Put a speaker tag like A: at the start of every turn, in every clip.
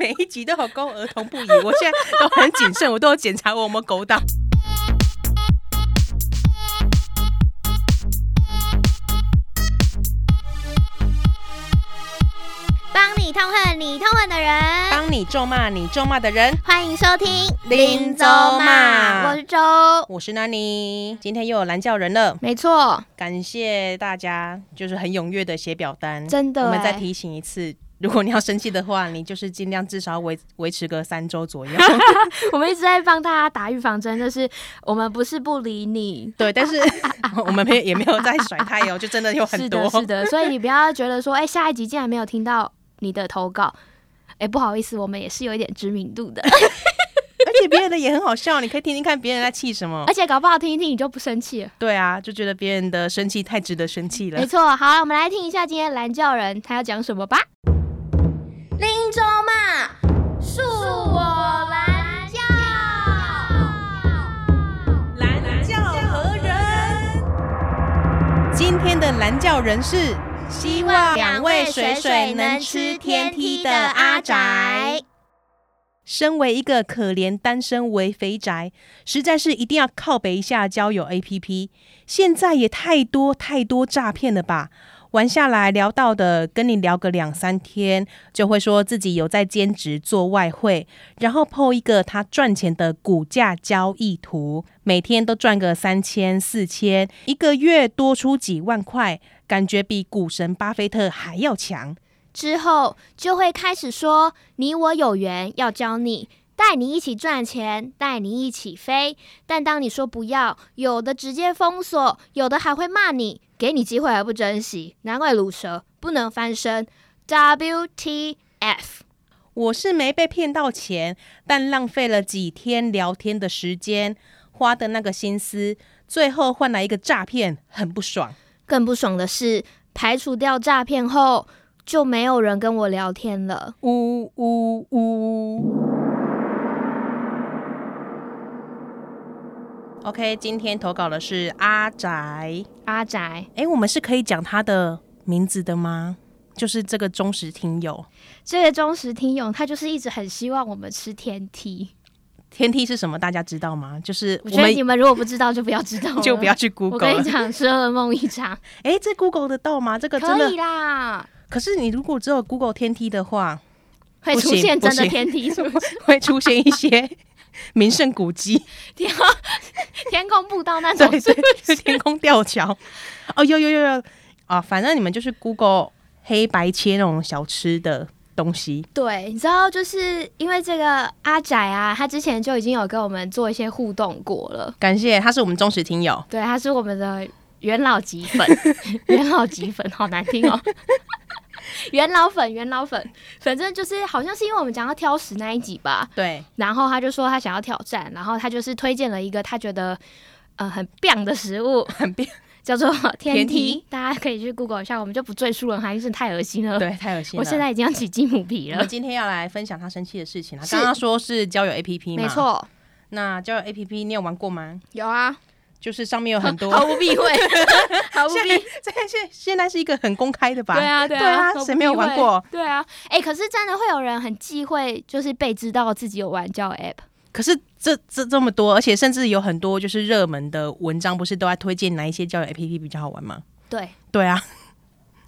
A: 每一集都有勾儿童不宜，我现在都很谨慎，我都有检查我有没有勾到。
B: 帮你痛恨你痛恨的人。
A: 帮你咒骂你咒骂的人，
B: 欢迎收听
A: 林州骂
B: 我是周，
A: 我是 Nani，今天又有蓝教人了，
B: 没错，
A: 感谢大家，就是很踊跃的写表单，
B: 真的
A: 我们再
B: 欸
A: 提醒一次。如果你要生气的话，你就是尽量至少维维持个三周 左右。
C: 我们一直在帮大家打预防针，就是我们不是不理你。
A: 对，但是我们没也没有在甩太哦，就真的有很
C: 是
A: 多
C: 的，是的，所以你不要觉得说，哎、下一集竟然没有听到你的投稿，哎、不好意思，我们也是有一点知名度的，
A: 而且别人的也很好笑，你可以听听看别人在气什么
C: 而。且搞不好听一听你就不生气了。
A: 对啊，就觉得别人的生气太值得生气了
C: 没。错，好了，我们来听一下今天蓝教人他要讲什么吧。
B: 林州骂，恕我蓝教。
A: 蓝教何人？今天的蓝教人是希望两位水水能吃天梯的阿宅。，身为一个可怜单身为肥宅，实在是一定要靠北一下交友 APP。现在也太多太多诈骗了吧？玩下来聊到的，跟你聊个两三天，就会说自己有在兼职做外汇，然后 PO 一个他赚钱的股价交易图，每天都赚个三千、四千，一个月多出几万块，感觉比股神巴菲特还要强。
B: 之后就会开始说你我有缘，要教你。带你一起赚钱，带你一起飞。但当你说不要，有的直接封锁，有的还会骂你，给你机会还不珍惜，难怪卤蛇不能翻身。WTF！
A: 我是没被骗到钱，但浪费了几天聊天的时间，花的那个心思，最后换来一个诈骗，很不爽。
B: 更不爽的是，排除掉诈骗后，就没有人跟我聊天了。
A: 呜呜呜。OK，今天投稿的是阿宅，
B: 阿宅，
A: 诶，我们是可以讲他的名字的吗？就是这个忠实听友，
C: 这个忠实听友，他就是一直很希望我们吃天梯。
A: 天梯是什么？大家知道吗？就是
C: 我
A: 我
C: 觉得你
A: 们
C: 们如果不知道，就不要知道 了，
A: 就不要去
C: 我
A: Google
C: 跟
A: 了
C: 你。讲，是噩梦一场，
A: 诶，这 Google 得到吗？这个 真
C: 可
A: 的
C: 以啦，
A: 可是你如果只有 Google 天梯的话，
C: 会
A: 不
C: 出
A: 行
C: 现
A: 不
C: 真的
A: 行
C: 天梯，是不是？
A: 会出现一些名胜古迹，
C: 天天空步 道那
A: 对
C: 种
A: 对，就天空吊桥。哦，有有有有啊，反正你们就是 Google 黑白切那种小吃的东西。
C: 对，你知道，就是因为这个阿仔啊，他之前就已经有跟我们做一些互动过了。
A: 感谢，他是我们忠实听友。
C: 对，他是我们的元老级粉， 元老级粉，好难听哦。 元老粉，元老粉，反正就是好像是因为我们讲到挑食那一集吧，
A: 对，
C: 然后他就说他想要挑战，然后他就是推荐了一个他觉得呃很棒的食物，
A: 很变，
C: 叫做天梯，
A: 天梯
C: 大家可以去 Google 一下，我们就不赘述了，还是太恶心了。
A: 对，太恶心了。
C: 我现在已经要起鸡母皮
A: 我
C: 了
A: 们。今天要来分享他生气的事情。他啊
C: 是
A: 刚刚说是交友 APP 嘛，
C: 没。错，
A: 那交友 APP 你有玩过吗？
C: 有啊，
A: 就是上面有很 多，
C: 毫无 避讳，毫无
A: 现
C: 避
A: 在现现现在是一个很公开的吧？
C: 对啊，
A: 对
C: 对啊，
A: 谁没有玩过？？
C: 对啊，哎、可是真的会有人很忌讳，就是被知道自己有玩交友 app。
A: 可是这这这么多，而且甚至有很多就是热门的文章，不是都在推荐哪一些交友 APP 比较好玩吗？
C: 对，
A: 对啊，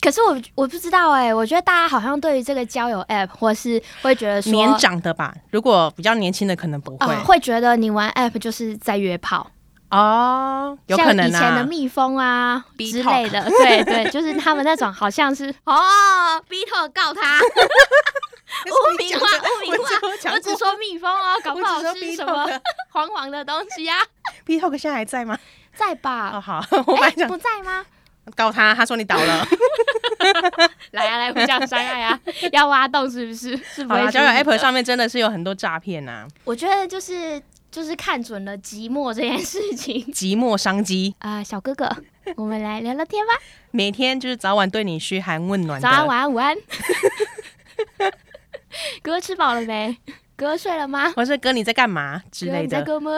C: 可是我我不知道哎、我觉得大家好像对于这个交友 app，或是会觉得说
A: 年长的吧，如果比较年轻的可能不会
C: 呃，会觉得你玩 app 就是在约炮，
A: 哦，有可能
C: 像以前的
A: 啊。
C: 蜜蜂啊
A: B
C: 之类的，对对，就是他们那种好像是哦逼头告 他 污名化污名化，
A: 化
C: 我只说蜜蜂哦，搞不好
A: 我只
C: 是
A: 说
C: 什么
A: BTalk
C: 黄黄的东西啊，
A: B Talk 现在还在 吗？
C: 在吧？
A: 哦，好， 我本
C: 哎
A: 来想
C: 不在吗？
A: 告他，他说你倒了。
C: 来啊，来互相伤害 啊，要挖洞是不是？是不
A: 好
C: 会
A: 啦，
C: 输
A: 交友
C: 你的
A: App 上面真的是有很多诈骗啊呐，
C: 我觉得就是就是看准了寂寞这件事 情
A: 寂寞商机，
C: 啊、小哥 哥，我们来聊聊天吧。
A: 每天就是早晚对你嘘寒问暖的。
C: 早安，晚安，午安。 哥哥吃饱了没？哥哥睡了吗？
A: 或是哥你在干嘛之
C: 哥哥
A: 类
C: 你在
A: 的，
C: 哥 吗？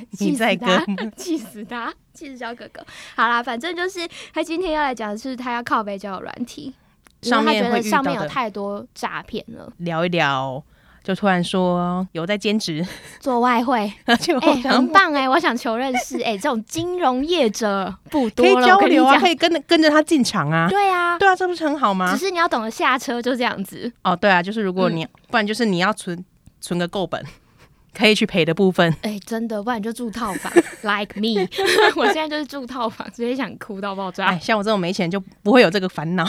A: 你
C: 气
A: 在
C: 死
A: 哥
C: 他！
A: 吗
C: 气死他！气死小哥哥。好啦，反正就是他今天要来讲的是他要靠背交友软体。
B: 因为
A: 上
B: 他
A: 面
B: 觉
A: 会
B: 得
A: 遇
B: 上面有
A: 到的
B: 太多诈骗了，
A: 聊一聊，就突然说有在兼职，
B: 做外汇，
A: 而 且
B: 哎、
A: 我想
B: 很棒哎、我想求认识哎、这种金融业者不
A: 可以
B: 多了，
A: 交
B: 我跟你
A: 流啊，
B: 讲
A: 可，以跟着跟着他进场 啊，
B: 对啊，
A: 对啊，这不是很好吗
B: 只？是你要懂得下车，就这样子。
A: 哦，对啊，就是如果你不然就是你要存存个够本，可以去赔的部分。
B: 哎、真的，不然你就住套 房
C: like me，我现在就是住套房，直接想哭到爆炸。
A: 哎，像我这种没钱就不会有这个烦恼，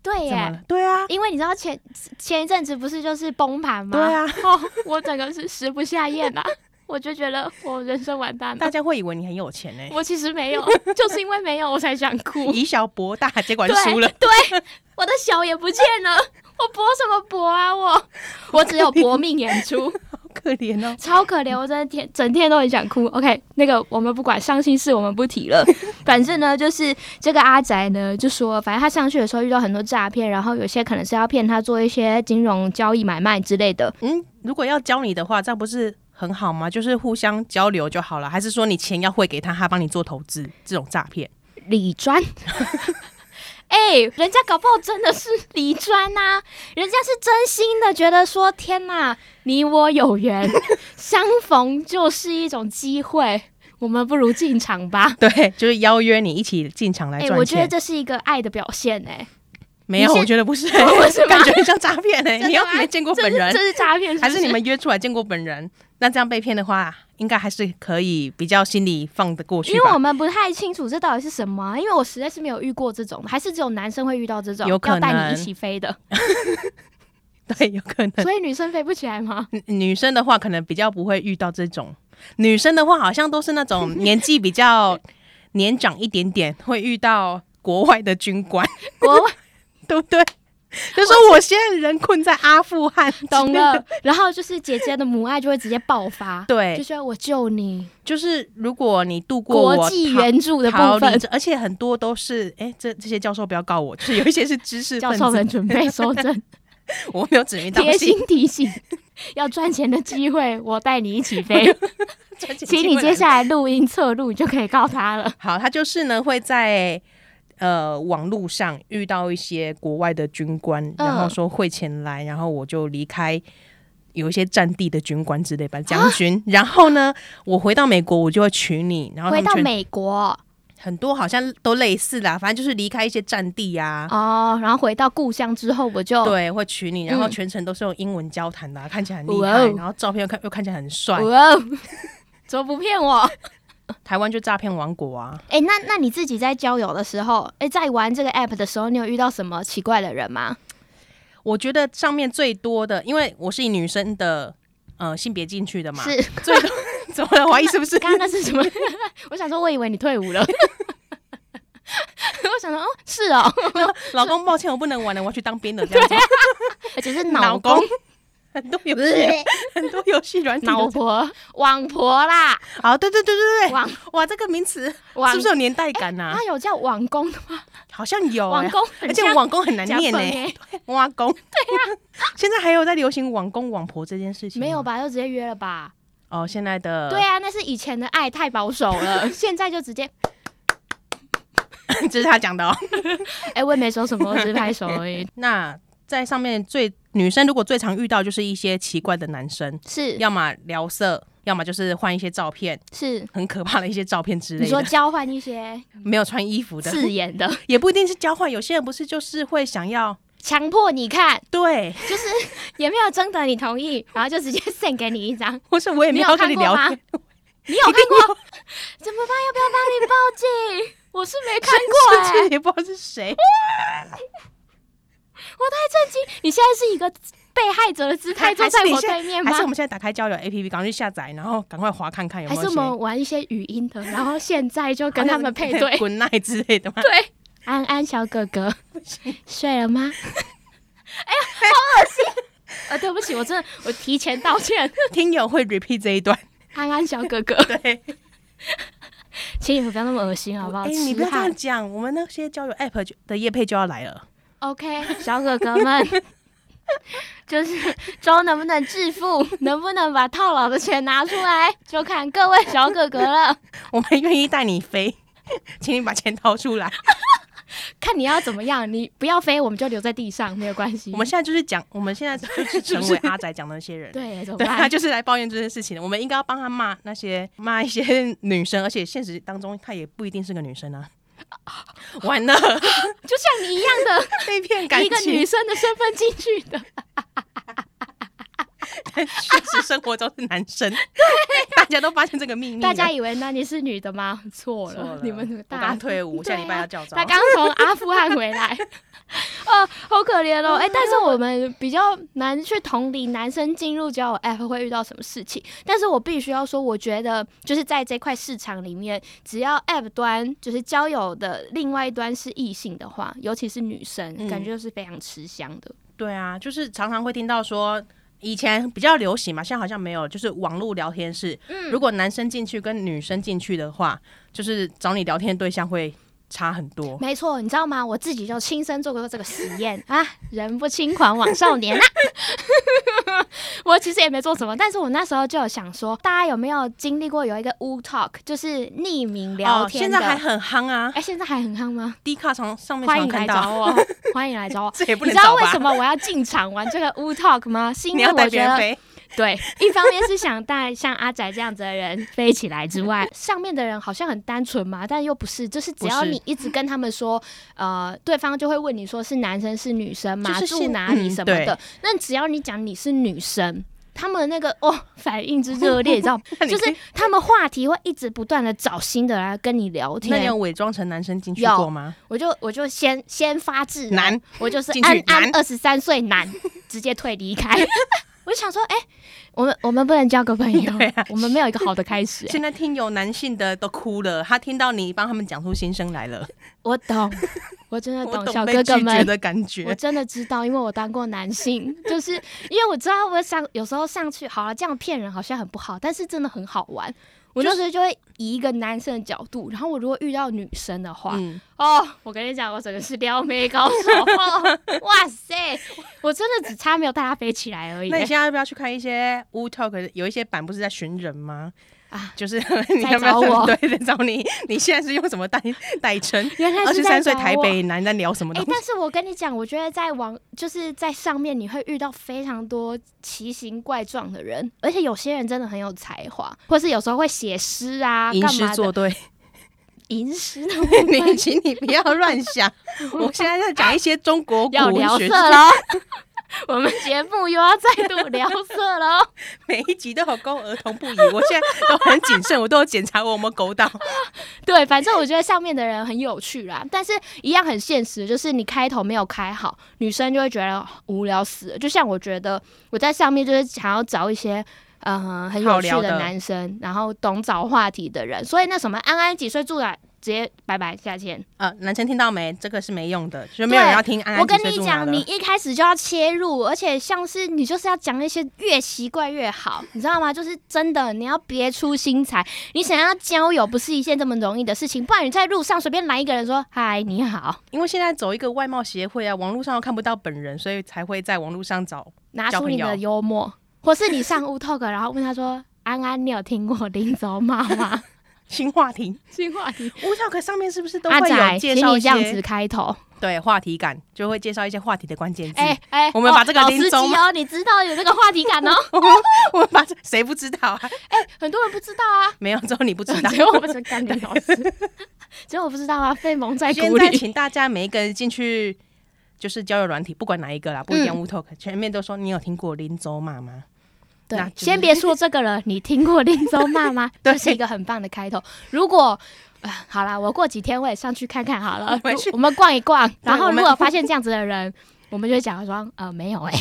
B: 对
A: 怎么
B: 耶，
A: 了？对啊，
B: 因为你知道前前一阵子不是就是崩盘吗？
A: 对啊，
C: 哦，我整个是食不下咽啊，我就觉得我人生完蛋
A: 大
C: 了。
A: 家会以为你很有钱呢，
C: 我其实没有，就是因为没有我才想哭。
A: 以小博大，结果还是
C: 对
A: 输了。
C: 对， 我的小也不见了，我搏什么搏啊我？我只有搏命 演出，
A: 好可怜哦。
C: 超可怜，我真的天整天都很想哭。OK，那个我们不管伤心事，我们不提 了。反正呢，就是这个阿宅呢，就说反正他上去的时候遇到很多诈骗，然后有些可能是要骗他做一些金融交易买卖之类的。
A: 嗯，如果要教你的话，这样不是很好吗？就是互相交流就好了，还是说你钱要汇给他，他帮你做投资这种诈骗？
C: 理专。 哎、人家搞不好真的是理专呐、人家是真心的觉得说，天呐，你我 有缘，相逢就是一种机会，我们不如进场吧。
A: 对， 就是邀约你一起进场来
C: 哎、
A: 赚钱。
C: 我觉得这是一个爱的表现、哎，
A: 没有，
C: 你是
A: 我觉得 不是，
C: 哦为什么
A: 感觉很像诈骗呢。
C: 真的吗
A: 你又没见过本人
C: 这，是诈 骗，
A: 还
C: 不
A: 是你们约出来见过本人？那这样被骗的话，应该还是可以比较心里放得过
C: 因
A: 去
C: 为我
A: 吧？
C: 们不太清楚这到底是什么啊、因为我实在是没有遇过这种，还是只有男生会遇到这种，
A: 有可
C: 要带
A: 能
C: 你一起飞的，
A: 对，有可能。
C: 所以女生飞不起来吗？
A: 女嗯女生的话，可能比较不会遇到这种。女生的话，好像都是那种年纪比 较年长一点点，会遇到国外的军官，
C: 国外
A: 对不对？就说我现在人困在阿富汗，
C: 懂 了，然后就是姐姐的母爱就会直接爆发，
A: 对
C: 就，说我救你，
A: 就是如果你度过我
C: 国际
A: 逃
C: 援助的
A: 逃
C: 部
A: 离
C: 分，
A: 这，而且很多都是，哎、这这些教授不要告我，就是有一些是知识
C: 教
A: 分
C: 授
A: 子，
C: 们准备 收证，
A: 我没有指名道
C: 贴
A: 姓。
C: 心提醒， 要赚钱的机会，我带你一 起飞，请你接下来录音侧录，你就可以告他了。
A: 好，他就是呢会在呃网络上遇到一些国外的军官，然
C: 嗯
A: 后说汇钱来，然后我就离开。有一些战地的军官之类吧，将军。然后呢，我回到美国，我就会娶你。然后他
C: 回
A: 们
C: 到
A: 全啊
C: 美国
A: 很多好像都类似啦，反正就是离开一些战地呀、
C: 哦，然后回到故乡之后，我就
A: 对，会娶你。然后
C: 哦嗯
A: 全程都是用英文交谈的啊、看起来很厉
C: 哇
A: 害
C: 哦。
A: 然后照片又看又看起来很帅。
C: 哇哦， 怎么不骗 我？
A: 台湾就诈骗王国啊！
C: 哎，那那你自己在交友的时候，哎，在玩这个 app 的时候，你有遇到什么奇怪的人吗？
A: 我觉得上面最多的，因为我是以女生的呃性别进去的嘛，
C: 是，
A: 最多怎么了？怀疑是不是？
C: 刚刚那是什么？ 我想说，我以为你退伍了。 我想说，哦，是哦，
A: 老公，抱歉，我不能玩了，我要去当 兵了。这样子，
C: 而且是
A: 老
C: 脑公、
A: 很多游 戏，很多游戏软体
C: 脑
A: 都
C: 婆、网婆啦，
A: 啊，对对对对对，
C: 网
A: 哇，这个名词是
C: 网
A: 不是有年代感呐
C: 他？啊有叫网公的吗？
A: 好像有
C: 网
A: 欸，
C: 公，
A: 而且网工很难念
C: 呢、
A: 呢，嗯挖工。对呀， 现在还有在流行网工网婆这件事情吗
C: 啊没有？吧？就直接约了吧？
A: 哦，现在的
C: 对，啊，那是以前的爱太保守了，现在就直接，
A: 这是他讲的哦。
C: 哎、我也没说什么，我只是拍手 而已。
A: 那在上面最女生如果最常遇到就是一些奇怪的男生，
C: 是
A: 要么聊色，要么就是换一些照片，
C: 是，
A: 很可怕的一些照片之
C: 你
A: 类
C: 说
A: 的，
C: 交换一些
A: 没有穿衣服的，
C: 字眼的，
A: 也不一定是交换，有些人不是就是会想要
C: 强迫你看，
A: 对，
C: 就是 也没有征得你同意，然后就直接 send 给你一张。
A: 或是我也没
C: 你有
A: 要跟你
C: 看过
A: 聊
C: 吗
A: 天，
C: 你有看 过？怎么办？要不要帮你报警？我是没看过、哎
A: 甚至也不知道是谁，
C: 我太震惊！你现在是一个被害者的姿态
A: 还
C: 坐
A: 还
C: 在
A: 是你
C: 我
A: 现
C: 对面吗
A: 还？是我们现在打开交友 APP，赶快去下载，然后赶快划看看有
C: 还
A: 没有
C: 是
A: 谁，
C: 我们玩一些语音的，然后现在就跟
A: 好像
C: 他们配对。
A: 滚奶之类的吗？
C: 对，安安小哥哥睡 了吗？哎 呀，好恶心！呃，对不起，我真的我提前 道歉。
A: 听友会 repeat 这一段，
C: 安安小哥哥，
A: 对，
C: 请你们不要那么恶心，好不好？
A: 哎，你不
C: 痴
A: 要这
C: 汉
A: 样讲，我们那些交友 app 就的业配就要来了。
C: OK，小哥哥们，就是周能不能致富，能不能把套牢的钱拿出来，就看各位小哥哥了。
A: 我们愿意带你飞，请你把钱掏出来。
C: 看你要怎么样，你不要飞，我们就留在地上，没有关系。
A: 我们现在就是讲，我们现在就是成为阿仔讲的那些人。
C: 对，怎么
A: 对他
C: 办？
A: 就是来抱怨这件事情的。我们应该要帮他骂那些骂一些 女生，而且现实当中她也不一定是个女生啊。完了，
C: 就像你一样的
A: 被骗 感
C: 一个
A: 情
C: 女，生的身份进去的，
A: 但确实生活中是男生，大家都发现这个秘密了。
C: 大家以为那你是女的 吗？错
A: 错
C: 了
A: 了，
C: 你们
A: 我
C: 大
A: 刚退伍，下
C: 对
A: 礼拜
C: 啊
A: 要叫招。
C: 他刚从阿富汗回来， 哦，好可怜哦。哎、但是我们比较难去同理男生进入交友 App 会遇到什么事情。但是我必须要说，我觉得就是在这块市场里面，只要 App 端就是交友的另外一端是异性的话，尤其是女生，
A: 嗯
C: 感觉就是非常吃香的。
A: 对啊，就是常常会听到说，以前比较流行嘛，现在好像没有，就是网络聊天室，
C: 嗯
A: 如果男生进去跟女生进去的话，就是找你聊天对象会差很多。
C: 没错，你知道吗？我自己就亲身做过这个实验啊！人不轻狂枉少年啊！ 我其实也没做什么，但是我那时候就有想说，大家有没有经历过有一个 U Talk，就是匿名聊
A: 哦，现
C: 天的？
A: 在还 很夯啊
C: 哎、，现在还很夯吗？
A: 低卡上上面
C: 欢
A: 常
C: 迎来
A: 看
C: 找
A: 到，
C: 我， 欢迎来找我。
A: 这也 不
C: 你
A: 能
C: 知道
A: 找
C: 为
A: 吧
C: 什？么我要进场玩这个 U Talk 吗？是因
A: 你
C: 为
A: 要带
C: 我觉
A: 别人
C: 得
A: 飞，
C: 对，一方面是想带像阿宅这样子的人飞起来之外，上面的人好像很单纯嘛，但又不是，就是只
A: 不
C: 要
A: 是
C: 你一直跟他们说，呃，对方就会问你说是男生是女生嘛，
A: 就是
C: 住
A: 现
C: 哪里
A: 嗯
C: 什么
A: 对
C: 的，那只要你讲你是女生。他们那个哦，反应之热 烈，你知道吗
A: 那你
C: 就是他们话题会一直不断的找新的来跟你聊
A: 那你
C: 天
A: 有。伪装成男生进去
C: 有
A: 过吗？
C: 我就我就先先发制人
A: 男，
C: 我就是
A: 进去
C: 安安
A: 男
C: 二十三岁男，直接退离开。 我就想说，哎、我们我们不能交个朋友，
A: 对啊
C: 我们没有一个好的开始、哎
A: 现在听有男性的都哭了，他听到你帮他们讲出心声来了，
C: 我懂，我真的
A: 我
C: 懂
A: 懂
C: 小
A: 被
C: 哥哥
A: 拒绝
C: 们。
A: 的感
C: 我
A: 觉。
C: 真的知道，因为我当过男性，就是因为我知道，我想有时候上去好了，这样骗人好像很不好，但是真的很好玩。我那时候就会以一个男生的角度，然后我如果遇到女生的话，
A: 嗯，
C: 哦，我跟你讲，我整个是撩妹高手，哦、 哇塞，我真的只差没有带他飞起来而已
A: 那。
C: 哎
A: 你现在要不要去看一些 Wu Talk？有一些版不是在寻人吗？
C: 啊
A: 啊，就是 你要不要
C: 找我
A: 对，在找你。你现在是用什么代代称？
C: 原来
A: 二
C: 是
A: 十
C: 在
A: 三岁
C: 找
A: 台
C: 我
A: 北男在聊什么
C: 哎、
A: 东西？
C: 但是我跟你讲，我觉得在网就是在上面，你会遇到非常多奇形怪状的人，而且有些人真的很有才华，或是有时候会写诗啊，
A: 吟
C: 干
A: 诗
C: 嘛
A: 作
C: 的？
A: 对，
C: 吟诗的
A: 你请你不要乱 想。我现在在讲一些中国古
C: 要聊
A: 文
C: 色
A: 学，
C: 喽，我们节目又要再度聊色哦喽。
A: 每一集都有勾儿童不宜。我现在都很谨慎，我都有检查我有没有勾到。
C: 对，反正我觉得上面的人很有趣啦，但是一样很现实，就是你开头没有开好，女生就会觉得无聊死了。就像我觉得我在上面就是想要找一些。嗯，很有
A: 好
C: 趣
A: 聊的
C: 男生，然后懂找话题的人，所以那什么安安几岁住哪，直接拜拜下线。
A: 呃，男生听到没？这个是没用的，就是没有人要听安安
C: 我跟
A: 几岁
C: 你
A: 住哪
C: 讲，
A: 了
C: 你一开始就要切入，而且像是你就是要讲一些越奇怪越好，你知道吗？就是真的，你要别出心裁，你想要交友不是一件这么容易的事情，不然你在路上随便来一个人说“嗨，你好
A: 因为现在走一个外貌协会啊，网络上又看不到本人，所以才会在网络上找”，
C: 拿出你
A: 交
C: 的
A: 朋友
C: 幽默，或是你上乌 talk，然后问他说：“安安，你有听过林走妈吗
A: 新话题。？”
C: 新话题，
A: 无效可上面是不是都
C: 阿
A: 会有
C: 仔，
A: 介
C: 请
A: 绍
C: 你
A: 一
C: 这样子
A: 些
C: 开头。
A: 对话题感，就会介绍一些话题的关键字。
C: 哎哎、
A: 嗯我们把这个
C: 哦老
A: 林
C: 司机
A: 走
C: 哦，你知道有这个话题感哦，
A: 我们把这谁不知道啊？
C: 很多人不知道啊。
A: 没有，只有你 不知道
C: 只。有我不是干林老 师，只有我不知道啊，被蒙在
A: 现
C: 鼓
A: 在
C: 里。
A: 请大家每一个人进去，就是交友软体，不管哪一个啦，不一定
C: 嗯
A: w Talk，、前面都说你有听过林走马吗？
C: 对
A: 那，就是
C: 先别说这个了，你听过林州骂吗？
A: 对
C: 这是一个很棒的开头。如果呃好啦，我过几天我也上去看看好 了，
A: 我也是
C: 我们逛一逛。然后
A: 我
C: 如
A: 们
C: 果发现这样子的人，我们就会假装呃没有哎、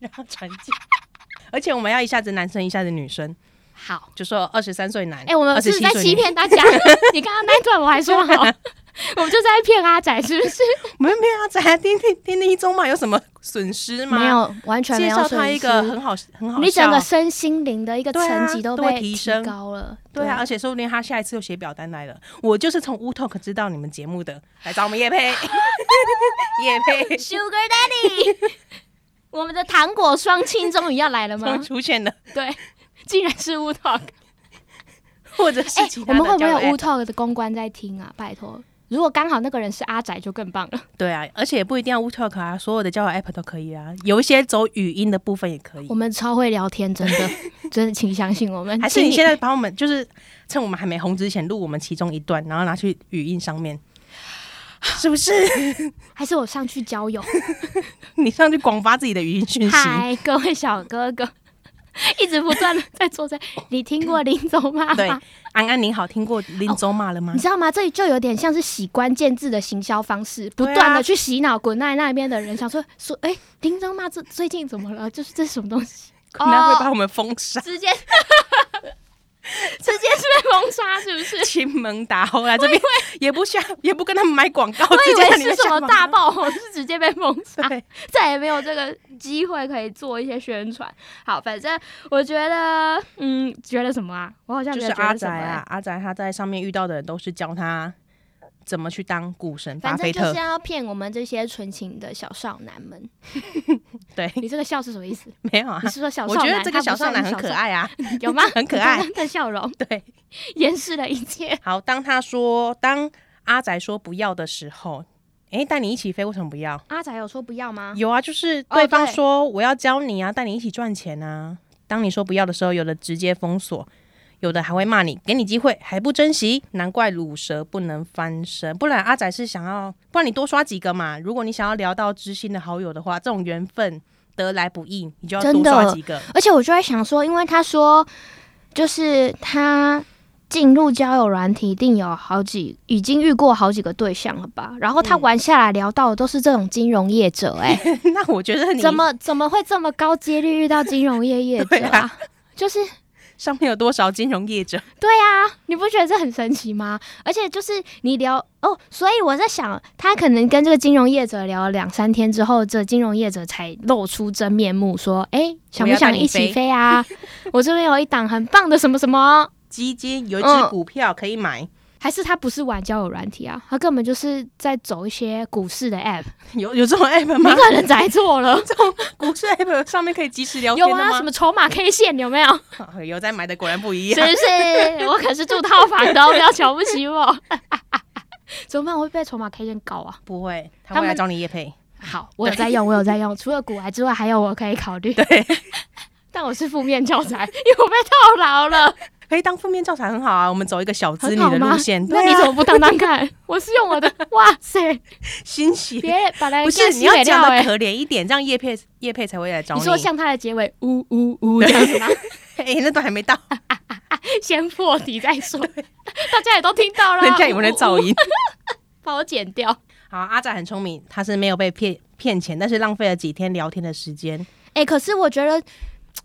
A: 然后传进。而且我们要一下子男生，一下子女生，
C: 好
A: 就说二十三岁男，
C: 哎、我们是不是在
A: 27岁
C: 欺
A: 女
C: 骗大家？ 你刚刚那一段我还说 好，我们就在骗阿仔是不是？
A: 我们没有要在听听听听中嘛，有什么损失吗？
C: 没，有，完全没
A: 介
C: 有
A: 绍
C: 损
A: 他一个
C: 失
A: 很好很好
C: 你整
A: 笑
C: 个身心灵的一个
A: 对啊
C: 层级都
A: 都会
C: 被
A: 提
C: 提
A: 升
C: 高了，
A: 对啊，而且说不定他下一次又写表单来了。我就是从 Wu Talk 知道你们节目的，来找我们叶佩， 叶佩
C: Sugar Daddy，我们的糖果双亲终于要来了
A: 终于
C: 吗？
A: 出现了，
C: 对，竟然是 Wu Talk。
A: 或者是
C: 哎、
A: 其他的
C: 我们会不会
A: 交友
C: 有 Wu
A: app
C: Talk 的公关在听啊？拜托，
D: 如果刚好那个人是阿宅，就更棒了。
A: 对啊，而且也不一定要 WeTalk 啊，所有的交友 App 都可以啊，有一些走语音的部分也可以
D: 我。们超会聊天，真 的，真的，请相信我们。
A: 还是
D: 请
A: 你现在把我们就是趁我们还没红之前录我们其中一段，然后拿去语音上面，是不是？
D: 还是我上去交 友？
A: 你上去广发自己的语音讯息，
D: 嗨，各位小哥哥，一直不断的在做在。你听过林总妈
A: 对
D: 吗？
A: 安安你好，听过林州骂了吗
D: 你？知道吗？这里就有点像是洗关键字的行销方式，不
A: 对啊
D: 断的去洗脑滚奈那边的人，想说说，哎、林总妈这最近怎么了？就是这是什么东西？
A: 可
D: 哦
A: 能会把我们封杀，
D: 直接直接是被封杀，是不 是？
A: 亲门打后来这边也不下，也不跟他们买广告，
D: 我以
A: 直接让你
D: 为
A: 们
D: 是什
A: 下
D: 么
A: 广告
D: 大爆红，是直接被封杀，
A: 对，
D: 再也没有这个机会可以做一些宣传。好，反正我觉得，嗯，觉得什么啊？我好像
A: 就
D: 没
A: 是
D: 有觉
A: 阿
D: 得什
A: 宅
D: 么、欸
A: 啊，阿宅他在上面遇到的人都是教他怎么去当股神巴
D: 反正
A: 菲
D: 就
A: 特
D: 是，要骗我们这些纯情的小少男们。
A: 对，
D: 你这个笑是什么意思？
A: 没有啊
D: 你，是说小少
A: 我
D: 男？
A: 觉得这个
D: 他
A: 小
D: 不是
A: 少男很 可爱啊，
D: 很小少，有吗
A: ？很可爱
D: 你刚刚的笑容
A: 对。
D: 掩饰了一切。
A: 好，当他说当阿宅说不要的时候，诶，带你一起飞为什么不要？
D: 阿仔有说不要吗？
A: 有啊，就是
D: 哦
A: 对方
D: 对
A: 说我要教你啊，带你一起赚钱啊。当你说不要的时候，有的直接封锁，有的还会骂你，给你机会还不珍惜，难怪乳蛇不能翻身。不然阿仔是想要，不然你多刷几个嘛。如果你想要聊到知心的好友的话，这种缘分得来不易，你就要多
C: 真的
A: 刷几个。
C: 而且我就在想说，因为他说，就是他进入交友软体，一定有好几已经遇过好几个对象了吧？然后他
A: 嗯
C: 玩下来聊到的都是这种金融业者、哎、
A: 那我觉 得你
C: 怎么怎么会这么高几率遇到金融业业
A: 对
C: 者啊？
A: 啊，
C: 就是
A: 上面有多少金融业者？
C: 对啊，你不觉得这很神奇吗？而且就是你聊哦，所以我在想，他可能跟这个金融业者聊了两三天之后，这金融业者才露出真面目，说：“哎，想不
A: 我
C: 想一
A: 要带你
C: 起
A: 飞
C: 飞啊？ 我这边有一档很棒的什么什么。
A: 基金有一只
C: 嗯
A: 股票可以买，”
C: 还是他不是玩交友软体啊？他根本就是在走一些股市的 app，
A: 有有这种 app
C: 你
A: 吗？
C: 可能宅错了。
A: 股市 app 上面可以即时聊天
C: 有
A: 的吗？
C: 啊，什么筹码 K 线 有没有？
A: 啊有在买的果然不一
C: 是
A: 样。
C: 不是？我可是住套房的哦，不要瞧不起我。 怎么办？我会被筹码 K 线搞啊！
A: 不会，他
C: 他
A: 会来
C: 们
A: 找你叶配。
C: 好，我有在用，我有在用。除了古癌之外，还有我可以考虑。对， 但我是负面教材， 因为我被套 牢了。
A: 可以当负面教材很好啊，我们走一个小资女
C: 很好
A: 的
C: 吗
A: 路线。
C: 那
A: 对
C: 你
A: 啊
C: 怎么不当当看？ 我是用 我的，哇塞！
A: 欣喜？
C: 别人把来
A: 不是，你要讲的
C: 哎。
A: 可怜一点，这样叶配叶配才会来找
C: 你
A: 你。
C: 说像他的结尾，呜呜呜这样子吗？
A: 哎、那都还没到，
C: 先破题再说，大家也都听到了。啊
A: 人家以为在
C: 呜，
A: 噪音。
C: 帮我剪掉。
A: 好，阿仔很聪明，他是没有被骗骗钱，但是浪费了几天聊天的时间。
C: 哎、可是我觉得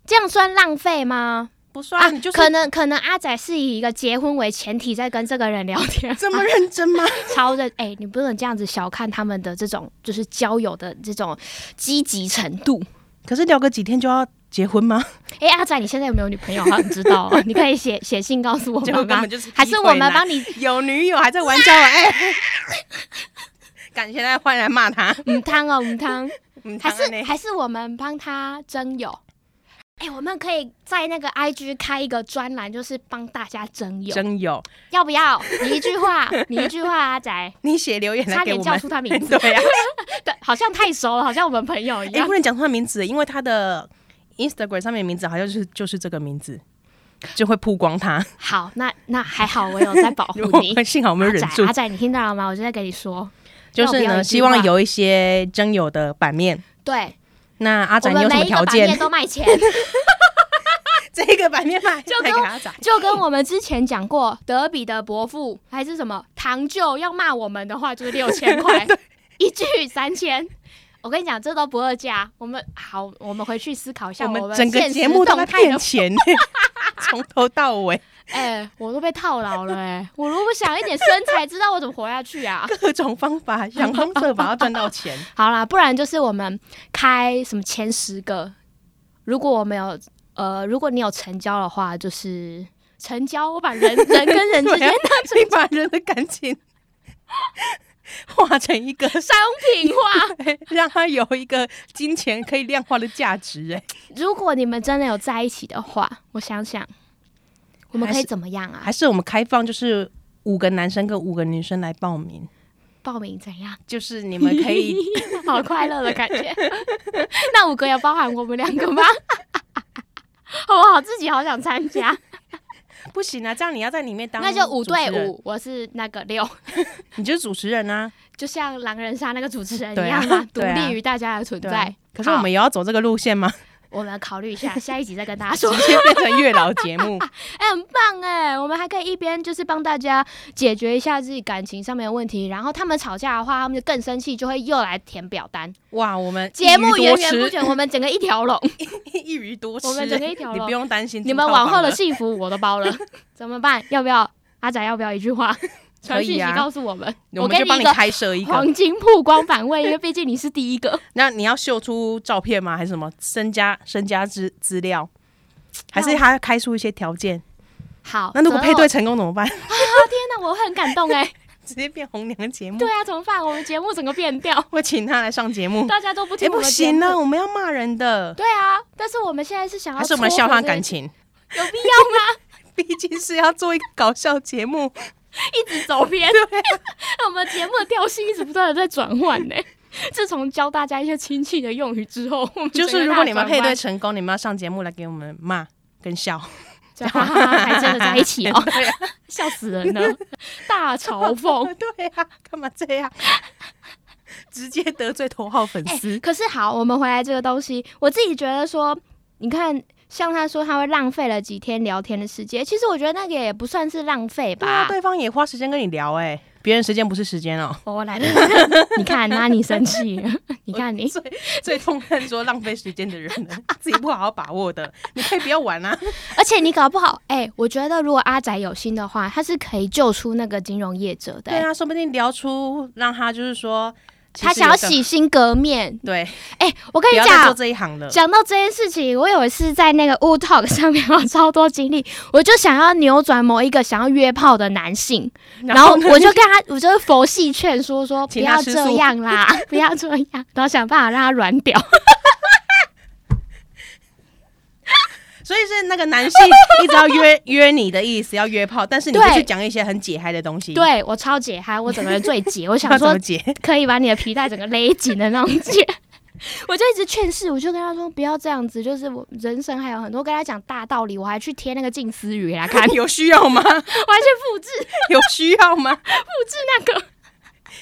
C: 这样算浪费吗？
A: 不算、啊，你就是
C: 可能可能阿仔是以一个结婚为前提在跟这个人聊天，
A: 这么认真吗？
C: 超认哎、你不能这样子小看他们的这种就是交友的这种积极程度。
A: 可是聊个几天就要结婚吗？
C: 哎、阿仔，你现在有没有女朋友？好想知道、哦， 你可以写写信告诉我
A: 结果
C: 们
A: 根
C: 吗
A: 本？就是
C: 还
A: 劈
C: 是
A: 腿
C: 我们
A: 男
C: 帮你？
A: 有女友还在玩交友 app，感谢大家欢迎来骂他。
C: 嗯，汤哦，嗯汤，
A: 嗯
C: 还
A: 当然
C: 是
A: 呢
C: 还是我们帮他征友。哎、我们可以在那个 IG 开一个专栏，就是帮大家征友，
A: 真有，
C: 要不要？你一句话，你一句话，啊阿仔，
A: 你写留言来
C: 差
A: 给
C: 点
A: 我
C: 叫
A: 们。
C: 出他名字。
A: 对呀、啊
C: 对，好像太熟了，好像我们朋友一
A: 也、
C: 样。
A: 不能讲出他名字，因为他的 Instagram 上面的名字好像就是就是这个名字，就会曝光他。
C: 好，那那还好，我有在保护
A: 如果
C: 你。
A: 幸好我们
C: 阿
A: 忍
C: 仔，
A: 住
C: 阿，仔，你听到了吗？我就在跟你说，
A: 就是
C: 要不要
A: 呢，
C: 一句
A: 希望
C: 话
A: 有一些真友的版面。
C: 对，
A: 那阿
C: 我
A: 仔，你
C: 们
A: 有什
C: 每
A: 么
C: 一个
A: 条
C: 版面
A: 件？
C: 都卖钱，
A: 这个版面卖
C: 就
A: 卖
C: 跟
A: 给阿仔。
C: 就跟我们之前讲过，德比的伯父还是什么堂舅要骂我们的话，就是六千 块一句三千。我跟你讲，这都不二价。我们好，我们回去思考一下
A: 我
C: 们
A: 们整个
C: 现实
A: 节目都在
C: 动态
A: 骗
C: 的。
A: 钱， 从头到尾
C: 哎、我都被套牢了哎、我如果不想一点身材，知道我怎么活下去 啊？
A: 各种方 法，想方设法要赚到 钱。
C: 好啦，不然就是我们开什么前十个，如果我们有呃，如果你有成交的话，就是成交，我把 人人跟人之
A: 对
C: 间
A: 啊
C: 的
A: 你把人的感情化成一个
C: 商品化。
A: 对，啊让他有一个金钱可以量化的价值、哎，
C: 如果你们真的有在一起的话，我想想，我们可
A: 还
C: 以
A: 是
C: 怎么样啊？
A: 还是我们开放，就是五个男生跟五个女生来报名，
C: 报名怎样？
A: 就是你们可 以
C: 好快乐的感觉。 那五个有包含我们两个吗？ 好不好？自己好想参加。
A: 不行啊，这样你要在里面当
C: 那就五对
A: 主持人，
C: 五，我是那个六，
A: 你就是主持人啊。
C: 就像狼人杀那个主持人
A: 对
C: 一
A: 啊
C: 样嘛，独
A: 对啊
C: 立于大家的存
A: 对
C: 在
A: 啊。可是我
C: 好
A: 们也要走这个路线吗？
C: 我们考虑一下，下一集再跟大家
A: 直
C: 说。
A: 接变成月老节 目，
C: 哎、很棒哎，我们还可以一边就是帮大家解决一下自己感情上面的问题，然后他们吵架的话，他们就更生气，就会又来填表 单。
A: 哇！我们
C: 节目
A: 一鱼
C: 源
A: 多
C: 源不
A: 吃，
C: 绝，我们整个一条龙，
A: 一鱼多吃，
C: 我们整个一条
A: 你
C: 龙
A: 不用担心。
C: 你 们往后的幸福我都包了， 怎么办？要不要阿仔？要不要一 句话？
A: 可
C: 传
A: 以
C: 讯息
A: 啊
C: 告诉我们，
A: 我们
C: 给
A: 就
C: 你
A: 帮
C: 一
A: 你
C: 个
A: 开设一个。
C: 黄金曝光反问，因为毕竟你是第一 个。
A: 那你要秀出照片吗？还是什么身家身家资资料？还是他开出一些条件？
C: 好，
A: 那如果
C: 择
A: 配
C: 偶
A: 对，成功怎么办？
C: 那我会很感动哎。
A: 直接变红娘节目
C: 对，啊，怎么办？我们节目整个变掉，
A: 我请他来上节目。
C: 大家都不
A: 哎，
C: 听啊我
A: 不
C: 们节
A: 行
C: 目。
A: 啊，我们要骂人的，
C: 对啊，但是我们现在是想要
A: 还是我们来
C: 撮
A: 笑
C: 合
A: 他
C: 这
A: 感
C: 件
A: 情？
C: 有必要吗？
A: 毕竟是要做一个搞笑节 目，
C: 一直走 偏，
A: 啊
C: 我们节目的调性一直不断的在转换呢。自从教大家一些亲戚的用语之后，我们
A: 就是如果你们配对
C: 整
A: 成功，你们要上节目来给我们骂跟 笑。
C: 个大转弯，啊还真的在一起 哦，
A: 啊
C: 笑死人了，大嘲讽。
A: 对
C: 啊
A: 呀、干嘛这样？ 直接得罪头号粉丝，
C: 可是好，我们回来这个东西，我自己觉得说，你看，像他说他会浪费了几天聊天的时间，其实我觉得那个也不算是浪费
A: 对啊，
C: 吧。
A: 对方也花时间跟你聊、哎，别人时间不是时间哦、
C: 我、来了， 来了你看，那你生气 了，你看你
A: 最最痛恨说浪费时间的人了，自己不好好把握的，你可以不要玩啊。
C: 而且你搞不好，哎、我觉得如果阿仔有心的话，他是可以救出那个金融业者的、哎
A: 对啊，说不定聊出让他就是说，其
C: 他
A: 实
C: 想要
A: 有更
C: 洗心革面。
A: 对，
C: 哎、我跟
A: 不
C: 你
A: 要再做
C: 讲，
A: 这一行了。
C: 讲到这件事情，我有一次在那个 Wu Talk 上面，我超多经历，我就想要扭转某一个想要约炮的男 性，然后
A: 呢
C: 我就跟他，我就佛系劝说说，不
A: 请他
C: 要
A: 吃
C: 这
A: 素
C: 样啦， 不要这样，然后想办法让他软 屌。
A: 所以是那个男性一直要约约你的意思，要约炮，但是你
C: 对
A: 会去讲一些很解嗨的东 西。，
C: 对我超解嗨，我整个人最解，我 想
A: 要怎
C: 说
A: 么解？
C: 可以把你的皮带整个勒紧的那种姐。 我就一直劝世，我就跟他说不要这样子，就是我人生还有很多，跟他讲大道理，我还去贴那个近思语给他看，我
A: 有需要吗？
C: 还去复制
A: 有需要吗？
C: 复制那个，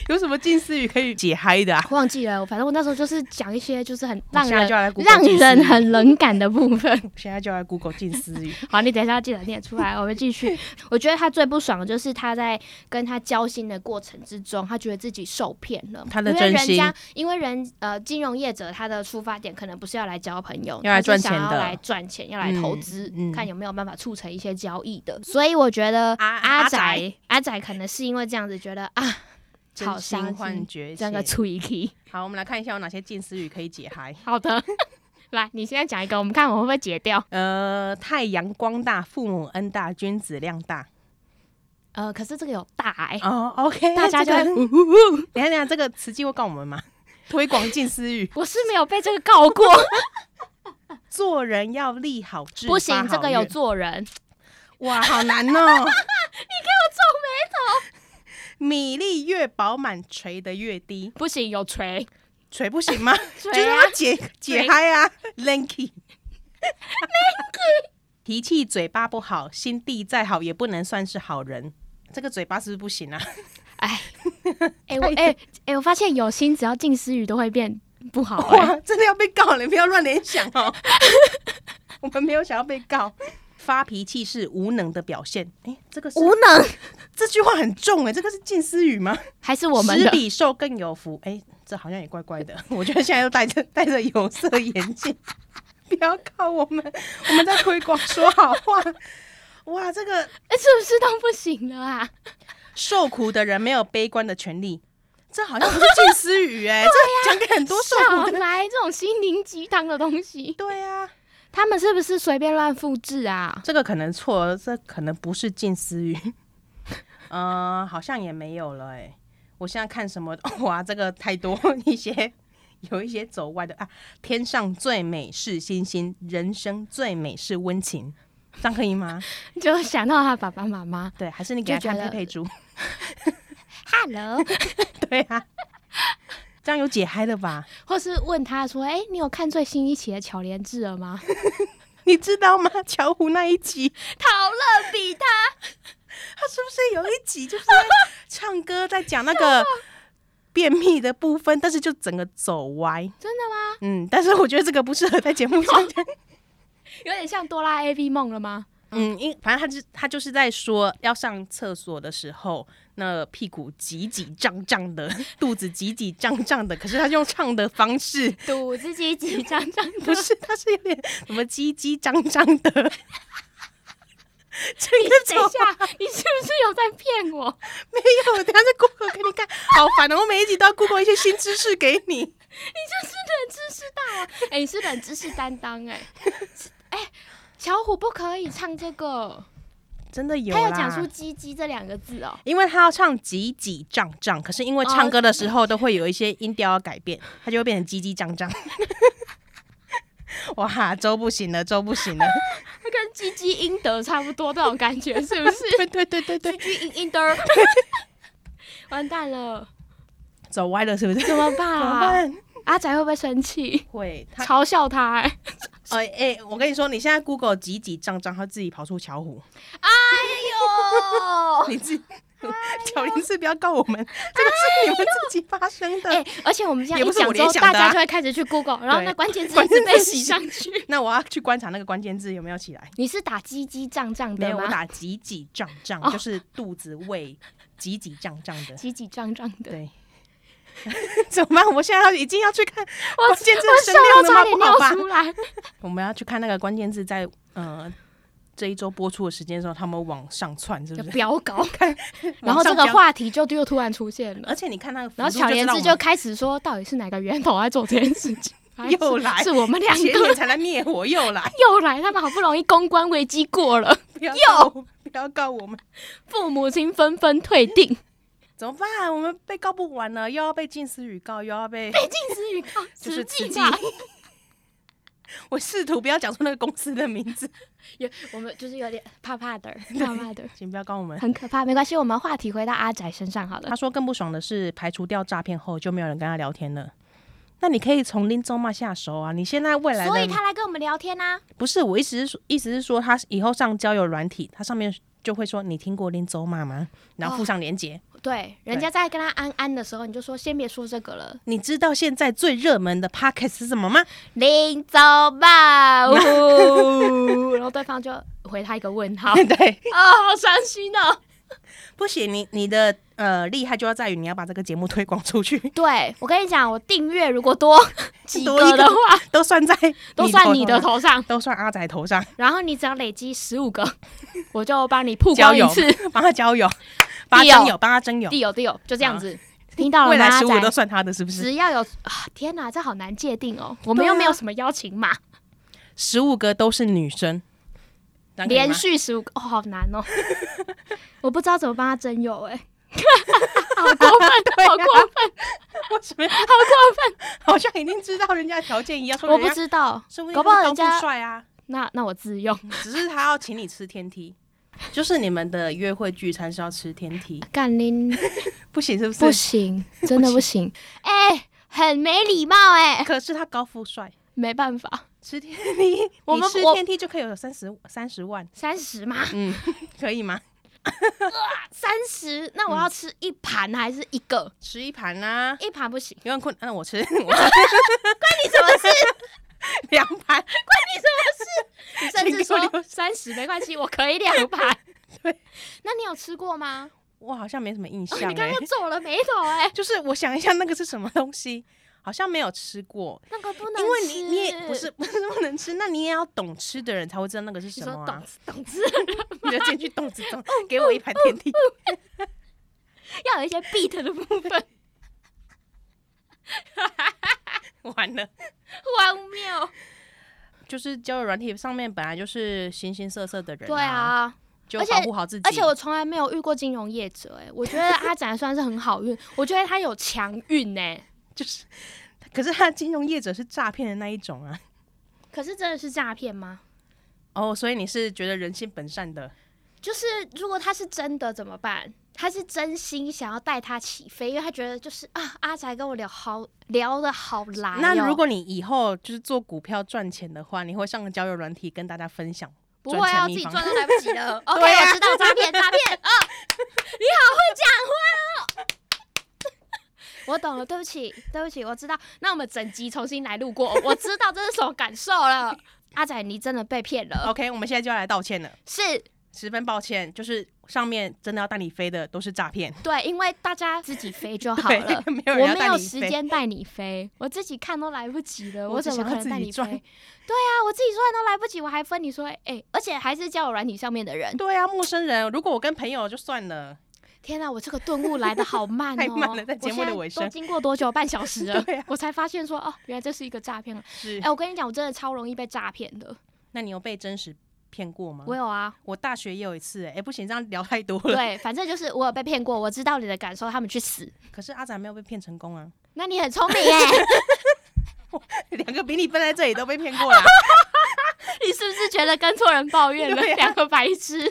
A: 有什么近似语可以解嗨的啊？
C: 忘记了，反正我那时候就是讲一些就是很
A: 我
C: 让
A: 现在就要
C: 人
A: 来 Google
C: 让
A: 近似语
C: 人很冷感的部分。
A: 现在就来 Google 近思语，
C: 好，你等一下要记得念出来，我们 继续。我觉得他最不爽的就是他在跟他交心的过程之中，他觉得自己受骗了。
A: 他的
C: 因为
A: 真
C: 人
A: 心
C: 家，因为人呃，金融业者他的出发点可能不是要来交朋友，
A: 要来
C: 他是
A: 赚
C: 想
A: 钱
C: 要
A: 的
C: 来赚钱，要来投
A: 嗯
C: 资，
A: 嗯
C: 看有没有办法促成一些交易的。所以我觉得
A: 阿
C: 阿
A: 阿
C: 仔
A: 宅
C: 阿仔可能是因为这样子觉得啊，好
A: 真
C: 伤
A: 心
C: 心
A: 换绝
C: 这个
A: 切
C: 吹气。
A: 好，我们来看一下有哪些近似语可以解嗨。
C: 好的， 来，你现在讲一个，我们看我会不会解掉。
A: 呃，太阳光大，父母恩大，君子量大。
C: 呃，可是这个有大哎、
A: 哦，OK，
C: 大家就会
A: 这个
C: 呜呜呜。
A: 嗯等一下等一下，这个词句会告我们吗？推广近思语，
C: 我是没有被这个告过，
A: 做人要立好志，
C: 不
A: 发
C: 行，
A: 好
C: 这个有
A: 愿
C: 做人。
A: 哇，好 难哦！你给我皱眉头。米粒越饱满，垂得越低，
C: 不行，有锤，
A: 垂不行 吗？
C: 锤
A: 就是
C: 啊
A: 要解解嗨啊，lanky，lanky，脾 气嘴巴不好，心地再好也不能算是好人。这个嘴巴是不是不行啊？
C: 哎，哎、我哎哎、我发现有心只要近思语都会变不好、哎
A: 哇，真的要被告了，不要乱联想哦。 我们没有想要被告。发脾气是无能的表现。哎、这个是
C: 无能
A: 这句话很重哎、这个是近思语吗？
C: 还是我们
A: 十
C: 的
A: 比受更有福。哎、这好像也怪怪的。 我觉得现在都戴着 戴着有色眼镜， 不要靠我们，我们在推广说好话。哇，这个
C: 哎是不是都不行了啊？
A: 受苦的人没有悲观的权利，这好像不是近思语 哎、
C: 啊
A: 这讲给很多受苦
C: 少啊
A: 的人。
C: 来这种心灵鸡汤的东西，
A: 对啊，
C: 他们是不是随便乱复制啊？
A: 这个可能错了，这可能不是近思语。 嗯、好像也没有了哎、我现在看什么？ 哇，这个太多一些， 有一些走歪的啊。天上最美是星星，人生最美是温情。这样可以吗？
C: 就想到他爸爸妈妈。
A: 对，还是你给他
C: 就觉
A: 看
C: 得
A: 佩佩猪？
C: Hello，
A: 对啊，这样有解嗨的吧？
C: 或是问他说：“哎、你有看最新一期的《巧莲智儿》吗？”
A: 你知道吗？巧虎那一集，
C: 讨论比他
A: 他是不是有一集就是在唱歌，在讲那个便秘的部分，但是就整个走歪。
C: 真的吗？
A: 嗯，但是我觉得这个不适合在节目上讲。
C: 有点像哆啦 A V 梦了吗？
A: 嗯，因反正他就他就是在说要上厕所的时候，那屁股挤挤胀胀的，肚子挤挤胀胀的，可是他用唱的方式，
C: 堵自己几张张
A: 不是，他是有点什么叽叽张张的。 这个
C: 等一
A: 走
C: 下， 你是不是有在骗我？
A: 没有，我等一下在 Google 给你看，好烦哦！我每一集都要 Google 一些新知识给你。
C: 就是冷知识大王，哎、你是冷知识担当哎、 哎、小虎不可以唱这个，
A: 真的有
C: 他
A: 啦，
C: 有讲出“鸡鸡”这两个字哦、
A: 因为他要唱挤挤胀胀，哦可是因为唱歌的时候都会有一些音调要改变，他就会变成叽叽胀 胀。哇，周不行了，周不行了！
C: 它跟“鸡鸡应得”差不多，这种感觉是不是？
A: 对对对 对对，
C: 鸡鸡应应得， 完蛋了，
A: 走歪了是不是？
C: 怎
A: 怎
C: 么办
A: 么
C: 啊？
A: 办？
C: 阿宅会不会生气？
A: 会他
C: 嘲笑 他、哎
A: 呃哎、我跟你说，你现在 Google 挤挤胀胀，他自己跑出巧 虎，
C: 哎
B: 哦，
A: 你自己 巧玲是不要告我 们，这个是你们自己发生的。
C: 哎、而且我们这样
A: 也
C: 一
A: 不是
C: 讲
A: 我
C: 之后，
A: 联想
C: 大
A: 的啊
C: 家就会开始去 Google，然后
A: 对
C: 那关键字
A: 关
C: 一直
A: 键
C: 被
A: 字
C: 洗上去。
A: 那我要去观察那个关键字有没有起来。
C: 你是打鸡鸡胀胀
A: 没
C: 的
A: 有，啊哦我
C: 吗？
A: 打挤挤胀胀，就是肚子胃挤挤胀胀的。
C: 鸡鸡胀胀的，
A: 对， 怎么办？我现在要已经要去看
C: 我
A: 关键字
C: 我
A: 声
C: 笑
A: 量了
C: 到差
A: 吗？
C: 点
A: 不好
C: 尿
A: 吧？
C: 出来。
A: 我们要去看那个关键字在呃这一周播出的时间的时候，他们往上窜，是
C: 就
A: 不是？
C: 飙 高，然后
A: 往
C: 这
A: 上
C: 个
A: 飙，
C: 话题就又突然出现 了，
A: 而且你看那个幅度就
C: 然后
A: 知
C: 巧
A: 道我
C: 莲
A: 们，
C: 子就开始说，到底是哪个源头在做这件事情？
A: 又来
C: 是我们两
A: 前
C: 个
A: 年才来灭火，又来，
C: 又来，他们好不容易公关危机过了，
A: 不 要告我不要告我们，
C: 父母亲纷纷 退订，
A: 怎么办？我们被告不完了，又要被近似语告，又要被
C: 禁止语告，
A: 就是
C: 实
A: 慈
C: 际
A: 济
C: 吧。。
A: 我试图不要讲出那个公司的名字，
C: 有我们就是有点怕怕的， 怕怕的，
A: 请不要告 我们。
C: 很可怕。没关系，我们话题回到阿宅身上好了
A: 他。说更不爽的是，排除掉诈骗后就没有人跟他聊天了。那你可以从林中嘛下手啊！你现在未来
B: 所以
A: 的
B: 他来跟我们聊天啊，
A: 不是我意思是说，意思是说他以后上交友软体，他上面就会说你听过林州骂吗？然后附上链
C: 哦
A: 接。
C: 对，人家在跟他安安的时候，你就说先别说这个了，
A: 你知道现在最热门的 podcast 是什么吗？
B: 林走吧，
C: 哦，然后对方就回他一个问 号，
A: 对，
C: 啊，好伤心哦。
A: 不行，你你的呃厉害就要在于你要把这个节目推广出去，
B: 对我跟你讲，我订阅如果多
C: 几
A: 多一
C: 个的
A: 个
C: 话，
A: 都算在
C: 都算你的
A: 头上，
C: 头上。
A: 都算阿仔头上。
C: 然后你只要累积十五个， 我就帮你曝
A: 交
C: 光一
A: 友
C: 次。，
A: 帮他交友，帮他
C: 地友
A: 真友，帮他真友。
C: 地友地友，就这样子，听到了
A: 未
C: 吗？
A: 来
C: 阿
A: 十五都
C: 仔，
A: 算他的，是不是？
C: 只要有啊，天哪，这好难界定哦。我
A: 啊
C: 们又没有什么邀请码，
A: 十五个都是女生，这样可以吗
C: 连续十五个，哦，好难 哦。我不知道怎么帮他征友，哎，好过 分，
A: 啊
C: 好过分，
A: 为什么
C: 好过
A: 好像已经知道人家的条件一样？
C: 分，我不知道，
A: 说定
C: 搞不好
A: 他
C: 人
A: 高
C: 家
A: 富帅啊，
C: 那那我自用。
A: 只是他要请你吃天梯， 就是你们的约会聚餐是要吃天梯，
C: 干拎
A: 不行是不
C: 不
A: 是？
C: 行，欸真的不行，
B: 哎、很没礼貌哎、
C: 欸
A: 可是他高富帅，
C: 没办法，
A: 吃天梯，
C: 我们
A: 你吃
C: 我
A: 天梯就可以有三十三十万，
C: 三十嘛，
A: 嗯， 可以吗？
B: 三十，
C: 那我要吃一盘还是一个？
A: 吃一盘啊，
C: 一盘不行，
A: 有点困，那我吃， 我关你什么事？ 两盘，
C: 你甚至
A: 请给我
C: 说
A: 留
C: 三十没关系，我可以两盘。
A: 对，
C: 那你有吃过吗？哦
A: 我好像没什么印象
C: 你刚
A: 哎、
C: 刚皱了眉头哎、
A: 就是我想一下那个是什么东西，好像没有吃过，
B: 那个不能
A: 因为
B: 吃
A: 你你也不是不是不能吃，那你也要懂吃的人才会知道那个是
C: 你
A: 什
C: 说
A: 么
C: 懂哦
A: 啊！
C: 吃懂吃，
A: 你就进去动子动，给我一盘甜梯，
C: 要有一些 beat 的部 分，哦
A: 完了。
C: 荒谬。
A: 就是交友软体上面本来就是形形色色的人、
C: 对，啊，
A: 就
C: 而且
A: 保护好自己。
C: 而且我从来没有遇过金融业者哎、我觉得阿展算是很好运，我觉得他有强运哎，
A: 就是，可是他金融业者是诈骗的那一种啊，
C: 可是真的是诈骗吗？
A: 哦，所以你是觉得人性本善的？
C: 就是如果他是真的怎么办？他是真心想要带他起飞，因为他觉得就是啊，阿宅跟我聊好聊的好来、哦。
A: 那如果你以后就是做股票赚钱的话，你会上个交友软体跟大家分享？
C: 不会啊，
A: 赚
C: 自
A: 钱秘
C: 己
A: 方
C: 赚都来不 及了。OK，
A: 对啊
C: 我知道诈骗，诈 骗啊！你好会讲话哦。 我懂了，对不起，对不起，我知道。那我们整集重新来 录过，我知道这是什么感受了。阿仔，你真的被骗了，
A: OK，我们现在就要来道歉了，
C: 是
A: 十分抱歉，就是上面真的要带你飞的都是诈骗。
C: 对，因为大家自己飞哦就 好
A: 对
C: 了，，
A: 没有
C: 我
A: 人要
C: 没
A: 带
C: 有
A: 你
C: 时
A: 飞。
C: 间带你飞，我自己看都来不及了，
A: 我
C: 我
A: 只
C: 怎么
A: 想
C: 可
A: 要
C: 能
A: 自
C: 带
A: 己
C: 你飞？
A: 赚
C: 对啊，我自己赚都来不及，我还分你说，哎、而且还是交友软体上面的人。
A: 对啊，陌生人，如果我跟朋友就算了，
C: 天啊哪、我这个顿悟来的好慢 哦，
A: 太慢了在节目的尾声
C: 我现在都经过多久？半小时了，
A: 对啊
C: 我才发现说，哦，原来这是一个诈 骗了。
A: 是
C: 哎、我跟你讲，我真的超容易被诈骗
A: 嗯
C: 的。
A: 那你有被真实骗过吗？
C: 我有 啊，
A: 我大学也有一次、哎、不行，这样聊太多了。
C: 对，反正就是我有被骗过，我知道你的感受，他们去 死。
A: 可是阿仔没有被骗成功啊，
C: 那你很聪明耶，
A: 两个比你笨在这里都被骗过 了。
C: 你是不是觉得跟错人抱怨了
A: 对啊啊
C: 两个白痴？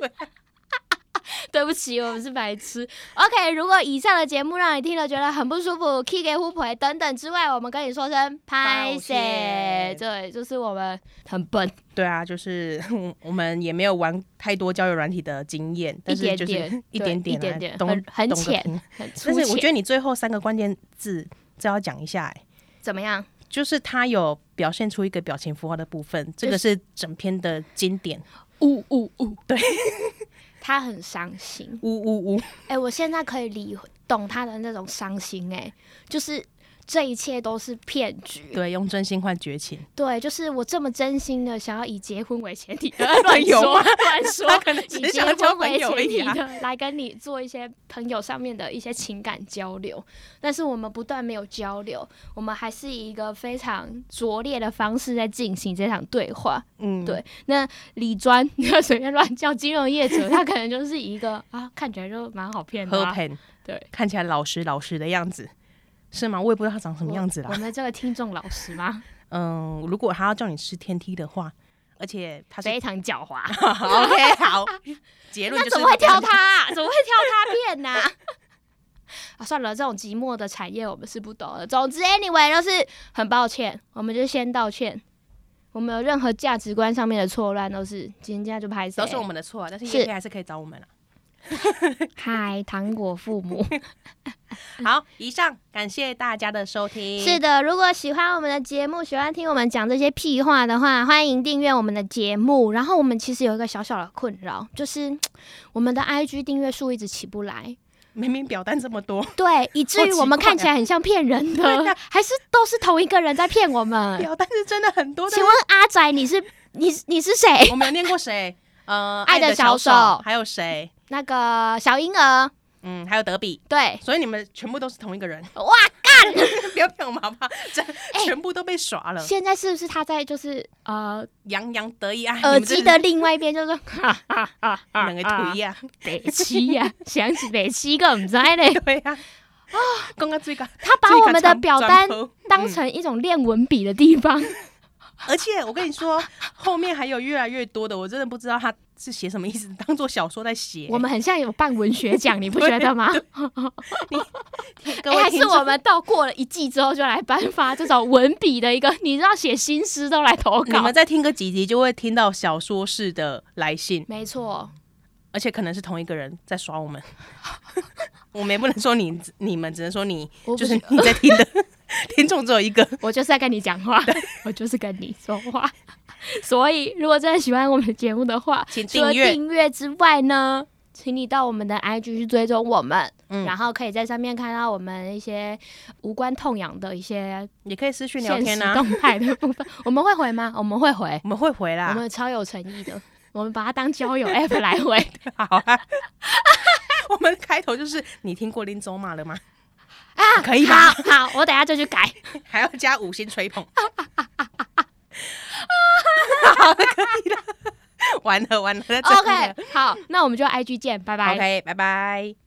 C: 对不起，我们是白痴。OK，如果以上的节目让你听了觉得很不舒服、k 给互陪等等之外，我们跟你说声拍谢
A: 歉。
C: 对，就是我们很笨，
A: 对啊，就是嗯我们也没有玩太多交友软体的经验，但
C: 一
A: 是
C: 点
A: 就是
C: 点
A: 一
C: 对
A: 点点啊，
C: 一点点
A: 懂
C: 很很
A: 懂个
C: 浅
A: 听
C: 很粗
A: 但是我觉
C: 浅。
A: 得你最后三个关键字这要讲一下、哎，
C: 怎么样？
A: 就是他有表现出一个表情符号的部分，这个是整篇的经典。
C: 呜呜呜，对， 他很伤心。
A: 呜呜呜，
C: 哎、我现在可以理懂他的那种伤心、哎，就是这一切都是骗局。
A: 对，用真心换绝情，
C: 对，就是我这么真心的想要以结婚为前提 的
A: 乱有
C: 说
A: 吗
C: 乱说，
A: 他可能只
C: 以
A: 是
C: 结
A: 想要交
C: 婚
A: 朋
C: 为
A: 友而
C: 前
A: 已
C: 提
A: 啊。
C: 的来跟你做一些朋友上面的一些情感交流，但是我们不断没有交流，我们还是以一个非常拙劣的方式在进行这场对话。
A: 嗯，
C: 对那李专 随便乱叫金融业者，他可能就是一个啊，看起来就蛮好骗的、
A: 喝
C: 啊。
A: 盆，
C: 对，
A: 看起来老实老实的样子，是吗？我也不知道他长什么样子
C: 我
A: 啦。
C: 们这个听众老实吗？
A: 嗯，如果他要叫你吃天梯的话，而且他是
C: 非常狡猾。
A: OK 好，结论就
C: 那
A: 是
C: 怎么会挑他、啊？怎么会挑他变呢、 啊？算了，这种寂寞的产业我们是不懂的。总之，anyway，就是很抱歉，我们就先道歉。我们有任何价值观上面的错乱，都是今天就拍 谁
A: 都是我们的错啊，但是
C: 是
A: 叶飞还是可以找我们了。啊
C: 嗨，糖果 父母。
A: 好，以上感谢大家的收听，
C: 嗯是的，如果喜欢我们的节目，喜欢听我们讲这些屁话的话，欢迎订阅我们的节目。然后我们其实有一个小小的困扰，就是我们的 IG 订阅数一直起不来。
A: 明明表单这么 多，
C: 对，以至于我们看起来很像骗人 的，
A: 对啊
C: 还是都是同一个人在骗我 们。
A: 表单是真的很多，
C: 请问阿仔，你是你你是谁？
A: 我们有念过谁？呃，
C: 爱的
A: 的小
C: 小手
A: 还有谁？
C: 那个小婴儿，
A: 嗯，还有德比。
C: 对，
A: 所以你们全部都是同一个 人，
C: 哇，
A: 不要骗我们好不好？这
C: 哎
A: 全部都被耍了，
C: 现在是不是他在就是呃
A: 洋洋得意啊！ 你
C: 耳
A: 们这
C: 机的另外一边就 说哈哈哈哈
A: 两个腿呀，
C: 北 七呀、想起北七个唔知 嘞，
A: 对呀，啊，刚刚最高，
C: 他哦把我们的表单
A: 嗯
C: 当成一种练文笔的 地方，
A: 而且我跟你说， 后面还有越来越多的，我真的不知道他是写什么意思，当做小说在写。
C: 我们很像有办文学奖，你不觉 得吗？
A: 各
C: 哎
A: 位
C: 还
A: 听
C: 是
A: 众，
C: 我们到过了一季之后就来颁发这种文笔的一个，你知道写新诗都来投
A: 你
C: 稿
A: 们，再听个几集，就会听到小说式的来信，
C: 没错，
A: 而且可能是同一个人在耍我们。 我们也不能说你你们，只能说你
C: 我不
A: 就是
C: 是
A: 你在听的 听众只有一 个。
C: 我就是在跟你讲话，我就是跟你说话。所以，如果真的喜欢我们的节目的话，
A: 请
C: 除了
A: 订阅
C: 订阅之外呢，请你到我们的 IG 去追踪我们，
A: 嗯
C: 然后可以在上面看到我们一些无关痛痒的一些
A: 也可以私讯聊
C: 现
A: 天
C: 实
A: 啊，
C: 动态的部分。我们会回吗？我们会回，
A: 我们会回
C: 我
A: 啦。
C: 们超有诚意的，我们把它当交友 app 来回。
A: 好啊， 我们开头就是你听过林走马了吗？
C: 啊，
A: 可以吧
C: 好好，我等下就去改。
A: 还要加五星吹 捧。好的，可以 了。完了完了，在这里了
C: OK，好，那我们就 IG 见，拜拜。
A: OK，拜拜。